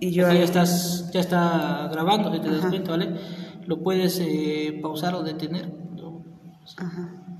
Y yo Aquí ahí- ya, estás, ya está grabando, si te das Ajá. cuenta, ¿vale? Lo puedes eh, pausar o detener. ¿no? Ajá.